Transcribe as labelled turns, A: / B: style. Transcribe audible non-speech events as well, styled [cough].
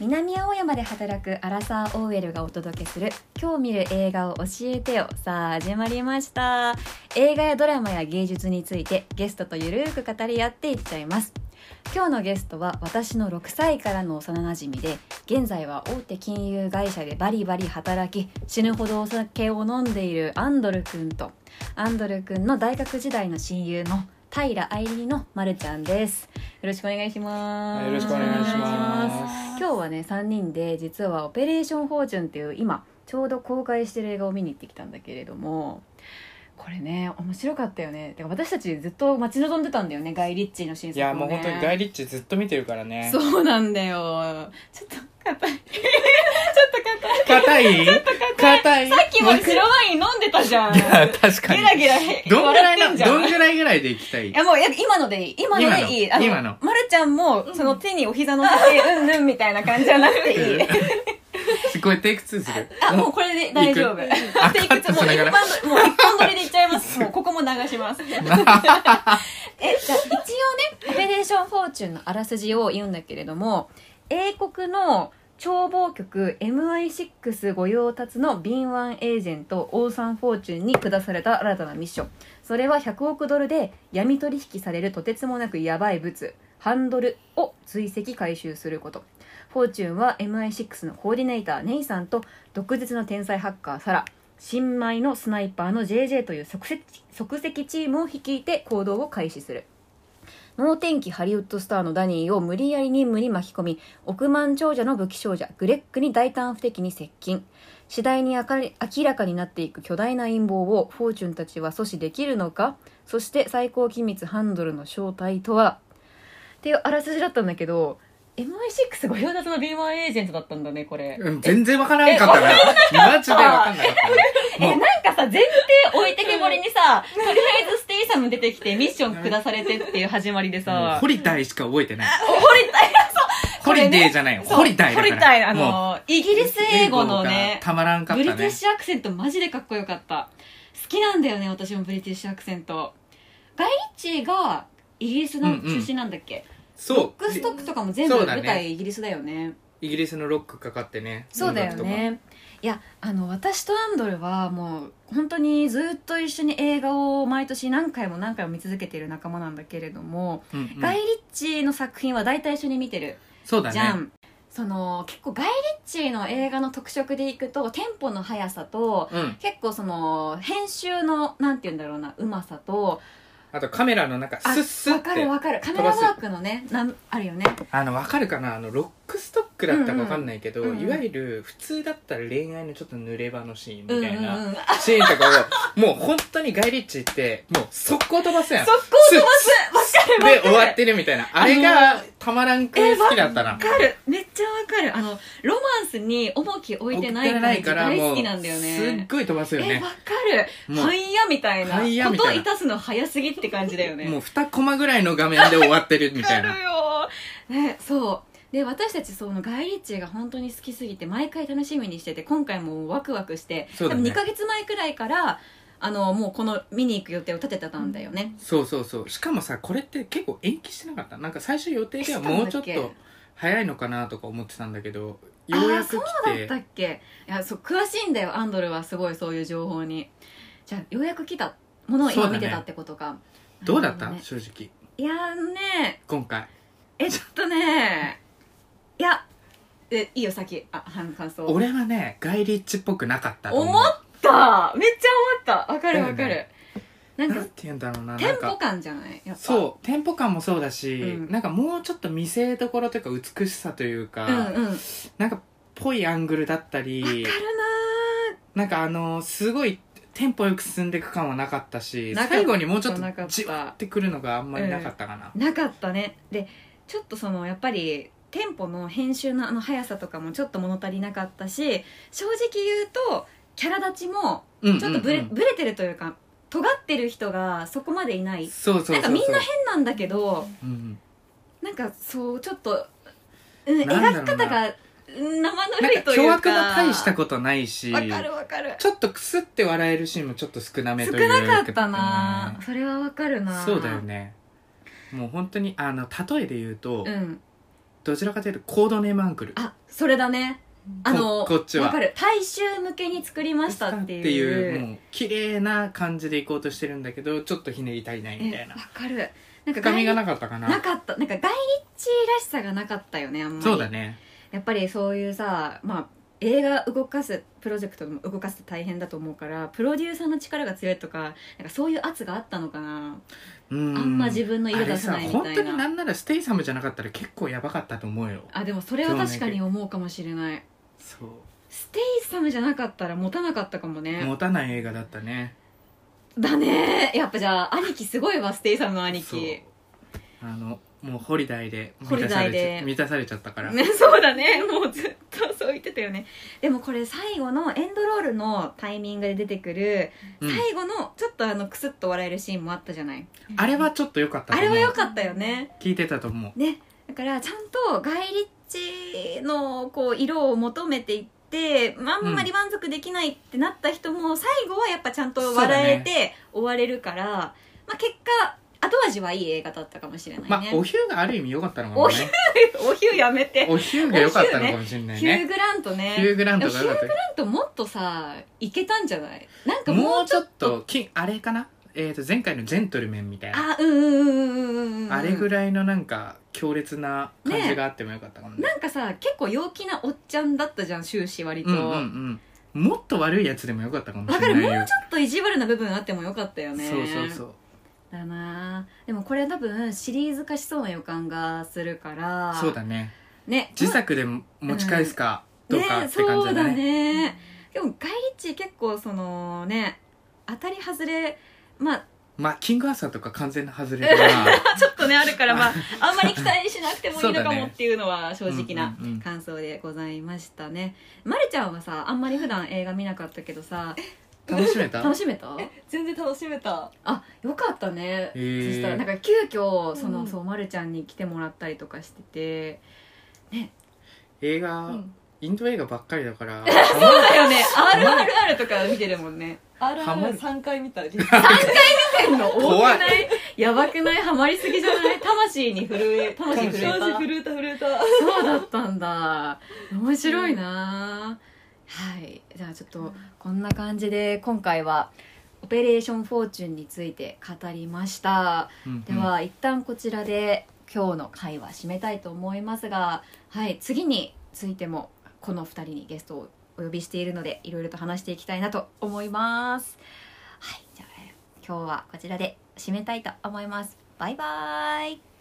A: 南青山で働くアラサー OL がお届けする「今日見る映画を教えてよ」さあ始まりました映画やドラマや芸術についてゲストとゆるーく語り合っていっちゃいます今日のゲストは私の6歳からの幼なじみで現在は大手金融会社でバリバリ働き死ぬほどお酒を飲んでいるアンドル君とアンドル君の大学時代の親友の平愛理のまるちゃんですよろしくお願いしま
B: は
A: す、
B: いよろしくお願いします
A: 今日はね3人で実は「オペレーションフォーチュン」っていう今ちょうど公開してる映画を見に行ってきたんだけれどもこれね面白かったよねてか私たちずっと待ち望んでたんだよねガイ・リッチーの新
B: い
A: 作を、ね、
B: やもう本当にガイリッチずっと見てるからね
A: そうなんだよちょっと硬い [laughs] ちょっと硬
B: 硬
A: い
B: い硬い
A: さっきまで白ワイン飲んでたじゃん
C: い
A: ゲ
C: や、確かに。
A: ラゲラへ
C: どんぐらい
A: 笑ってん
C: の、
A: じゃ
C: ど
A: ん
C: んぐらいぐらいで行きたい
A: いやもうや今のでいい今のでいい
C: 今の今の
A: まるちゃんもその手にお膝乗
C: [laughs]
A: せてうんうんみたいな感じじゃなくていい
C: これテイク2する。
A: あもう
C: お
A: これで大 [laughs] 丈夫テ
C: あ
A: イク
C: カッ
A: ツー
C: ト
A: もう
C: しな
A: 一
C: がら
A: 本撮りもう一本撮りでいっちゃいますもうここも流します
C: [laughs]
A: えじゃあ一応ね「オペレーションフォーチュン」のあらすじを言うんだけれども英国の諜報局 MI6 御用達の敏腕エージェントオーサン・フォーチュンに下された新たなミッションそれは100億ドルで闇取引されるとてつもなくヤバい物ハンドルを追跡回収することフォーチュンは MI6 のコーディネーターネイさんと毒舌の天才ハッカーサラ新米のスナイパーの JJ という即席即席チームを率いて行動を開始する能天気ハリウッドスターのダニーを無理やり任務に巻き込み億万長者の武器少女グレッグに大胆不敵に接近次第に明かり明らかになっていく巨大な陰謀をフォーチュンたちは阻止できるのかそして最高機密ハンドルの正体とはっていうあらすじだったんだけど MI6 御用達の敏腕エージェントだったんだねこれ
C: うん全然わからんかったな。マジでわかんなかっ
A: え、
C: も
A: な
C: う
A: んかさ、前提置いてけぼりにさ、とりあえずステイサム出てきてミッション下されてっていう始まりで
C: たな。もう
A: さ、
C: ホリデーしか覚えてない。
A: 掘りたい、
C: ホリデーじゃないよ。
A: そう
C: ホリデーだから。
A: 掘りたい、あ
C: もう、
A: の、イギリス英語の
C: 英
A: ね
C: 語が、たまらんかっ
A: ブリ
C: た
A: ティッ
C: ね。
A: シュアクセントマジでかっこよかった。好きなんだよね、私もブリティッシュアクセント。ガイリッチーがイギリスの出身なんだっけ、
C: そう
A: ロックストックとかも全部
C: そうだね
A: 舞台イギリスだよね。
C: イギリスのロックかかってね。
A: そうだよ
C: 音楽とか。
A: ねいやあの私とアンドルはもう本当にずっと一緒に映画を毎年何回も何回も見続けている仲間なんだけれども、
C: うんう
A: ガイ・
C: ん
A: リッチーの作品は大体一緒に見てる
C: そうだ
A: じゃん、
C: ね。
A: その結構ガイ・リッチーの映画の特色でいくとテンポの速さと
C: うん。
A: 結構その編集のなんて言うんだろうなうまさと
C: あとカメラの中、
A: あ
C: スッスッ
A: わ
C: っ
A: かる
C: て。
A: わかるカメラワークのねなんあるよね
C: あの、わかるかなあの、ロックストックだったかわかんないけど、
A: うんうんうんうん
C: いわゆる、普通だったら恋愛のちょっと濡れ場のシーンみた
A: う
C: い
A: んう
C: な。
A: んうん
C: シーンとかを、もう本当にガイリッチって、もう速攻飛ばすやん。
A: 速攻飛ばすわかるわかる
C: で、終わってるみたいな。あれが、たまらんく好きだった
A: わ
C: な。
A: かるめっちゃわかるあのロマンスに重き置いてない感じ大好きなんだよ
C: すっ
A: ね
C: ごい飛ばすよ
A: えわ
C: ね。
A: かる
C: もう
A: はいやみたいな
C: はいや
A: こ
C: み
A: と
C: たいな
A: いたすの早すぎって感じだよね
C: もう2コマぐらいの画面で終わってるみ
A: わ
C: た
A: か
C: い
A: るよ
C: な。
A: ねそうで私たちそのガイリッチーが本当に好きすぎて毎回楽しみにしてて今回もワクワクして、
C: そうだ
A: 多分
C: ね
A: 2ヶ月前くらいからあのもうこの見に行く予定を立ててたんだよね、
C: そうそうそう。しかもさ、これって結構延期してなかったなんか最初予定で
A: してた
C: は
A: んだ
C: も
A: っ
C: う
A: け
C: ちょっと早いのかなとか思ってたんだけど、
A: あー
C: ようやく来
A: そうだ
C: て
A: った。っけいやそう詳しいんだよアンドルはすごいそういう情報にじゃあようやく来たものを
C: そ
A: 今
C: う
A: 見
C: だね
A: てたってことか、
C: どうだった
A: なるほ
C: 正直。
A: どねいやーね
C: 今回。
A: えっとねいやえいいよ先あは感想
C: 俺はね、ガイリッチっぽくなかったと
A: 思っためっちゃ思ったわかるわかる、
C: だよね
A: なん
C: なん
A: か
C: て言うんだろうな。
A: テ
C: なん
A: ン
C: か
A: ポ感じゃないやっぱ
C: そうテンポ感もそうだし、
A: うん
C: なんかもうちょっと見せどころというか美しさというか、
A: うんうんわかるな
C: なんかぽいアングルだったりなんかあのすごいテンポよく進んでいく感はなかったし
A: なかった
C: 最後にもうちょっと
A: なかった
C: じわってくるのがあんまりなかったかな、
A: ーなかったねでちょっとそのやっぱりテンポの編集のあの速さとかもちょっと物足りなかったし正直言うとキャラ立ちも
C: うん
A: ちょっとブ
C: うん
A: レ,、
C: うん
A: ブレてるというか尖ってる人がそこまでいない
C: そうそうそうそ
A: なん
C: う
A: かみんな変なんだけど
C: うんうん
A: なんかそうちょっと、うん、
C: なんだろうな
A: 描き方がうん生ぬ
C: な
A: るい
C: んか
A: という
C: 巨
A: か
C: 悪も大したことないし
A: わかるわかる
C: ちょっとくすって笑えるシーンもちょっと少なめ
A: 少
C: という
A: なかったなそれはわかる
C: う
A: なん
C: そうだよねもう本当にあの例えで言うと、
A: うん
C: どちらかというとコードネームアンクル
A: あそれだねあの
C: ここっちは
A: わかる大衆向けに作りましたっていう
C: っていうもう綺麗な感じでいこうとしてるんだけどちょっとひねり足りないみた
A: え
C: い
A: わ
C: な
A: かるなんか
C: 深みが
A: な
C: なかったかな
A: なかったなんか外立らしさがなかったよねあんまり
C: そうだね
A: やっぱりそういうさ、まあ、映画動かすプロジェクトでも動かすって大変だと思うからプロデューサーの力が強いとかなんかそういう圧があったのかな
C: う
A: あ
C: ん
A: んま自分の色出さないみ
C: あ
A: た
C: れさ本
A: い
C: 当にな
A: なん
C: ならステイサムじゃなかったら結構やばかったと思うよ
A: あでもそれは確かに思うかもしれない
C: そう
A: ステイサムじゃなかったら持たなかったかもね
C: 持たない映画だったね
A: だねやっぱじゃあ兄貴すごいわステイサムの兄
C: そう
A: 貴
C: あのもうホリダイで
A: ホリ
C: 満
A: ダ
C: たさ
A: イ
C: れ
A: で
C: ちゃ満たされちゃったから、
A: ね、そうだねもうずっとそう言ってたよねでもこれ最後のエンドロールのタイミングで出てくる、
C: うん
A: 最後のちょっとあのクスッと笑えるシーンもあったじゃない
C: あれはちょっと良かった
A: あ
C: と思
A: れ
C: う
A: は良かったよね
C: 聞いてたと思う
A: ねだからちゃんとガイリッチのこう色を求めていってまああんまり満足できないってなった人も最後はやっぱちゃんと笑えて終われるから、まあ、結果後味はいい映画だったかもしれないね、
C: まあおヒューがある意味良かったのかも
A: お
C: ね
A: ヒお昼やめ [laughs] て
C: おヒューが良かったのかもしれない
A: ヒュー・
C: ね
A: グラントね
C: ヒューグラントが良かった
A: なんともっとさいけたんじゃないなんかも
C: も
A: う
C: う
A: ち
C: ち
A: ょ
C: ょ
A: っ
C: っ
A: と
C: ときあれかな、えー、と前回の「ジェントルメン」みたいな
A: あうんうんうんうんうんうん
C: あれぐ
A: らい
C: らいのなんか強烈な感じがあってもよかったかもね
A: なんかさ結構陽気なおっちゃんだったじゃん終始割と、
C: うんうんうんもっと悪いやつでもよかったかも
A: わ
C: し
A: か
C: れ
A: る
C: ない
A: もう
C: よ
A: ちょっと意地悪な部分あってもよかったよね
C: そうそうそう
A: だなあでもこれ多分シリーズ化しそうな予感がするから
C: そうだね
A: ね
C: 自作でも持ち返すかどうか
A: ね
C: って感じ
A: そ
C: だ
A: うだ
C: ね
A: ねでもガイリッチー結構そのね当たり外れまあ
C: まあキングアーサーとか完全な外れ
A: [laughs]
C: だな
A: ちょっとねあるからまあ
C: [laughs]
A: あんまり期待しなくてもいいのか
C: そう
A: も
C: だね
A: っていうのは正直な
C: うんうんうん
A: 感想でございましたね、まるちゃんはさあんまり普段映画見なかったけどさ
C: 楽しめ
A: [laughs]
C: た
A: 楽しめた
D: 全然楽しめた
A: あよかったね、
C: へー
A: そしたらなんか急遽その、
D: うん
A: そうまるちゃんに来てもらったりとかしてて
C: 映画、
D: ん
C: インド映画ばっかり
A: [laughs]
C: だから
A: そうだよね RRR とか見てるもんね
C: ハマる
D: RR3 回見た実際
A: 変の多く
C: 怖
A: ない
C: い
A: やばくないハマりすぎじゃない魂に震え魂震えた
D: 正直震えた震えた
A: そうだったんだ面白いな、はいじゃあちょっとこんな感じで今回は「オペレーションフォーチュン」について語りましたでは一旦こちらで今日の会は締めたいと思いますが、はい、次についてもこの2人にゲストをお呼びしているのでいろいろと話していきたいなと思います。はい、じゃあえー今日はこちらで締めたいと思います。バイバイ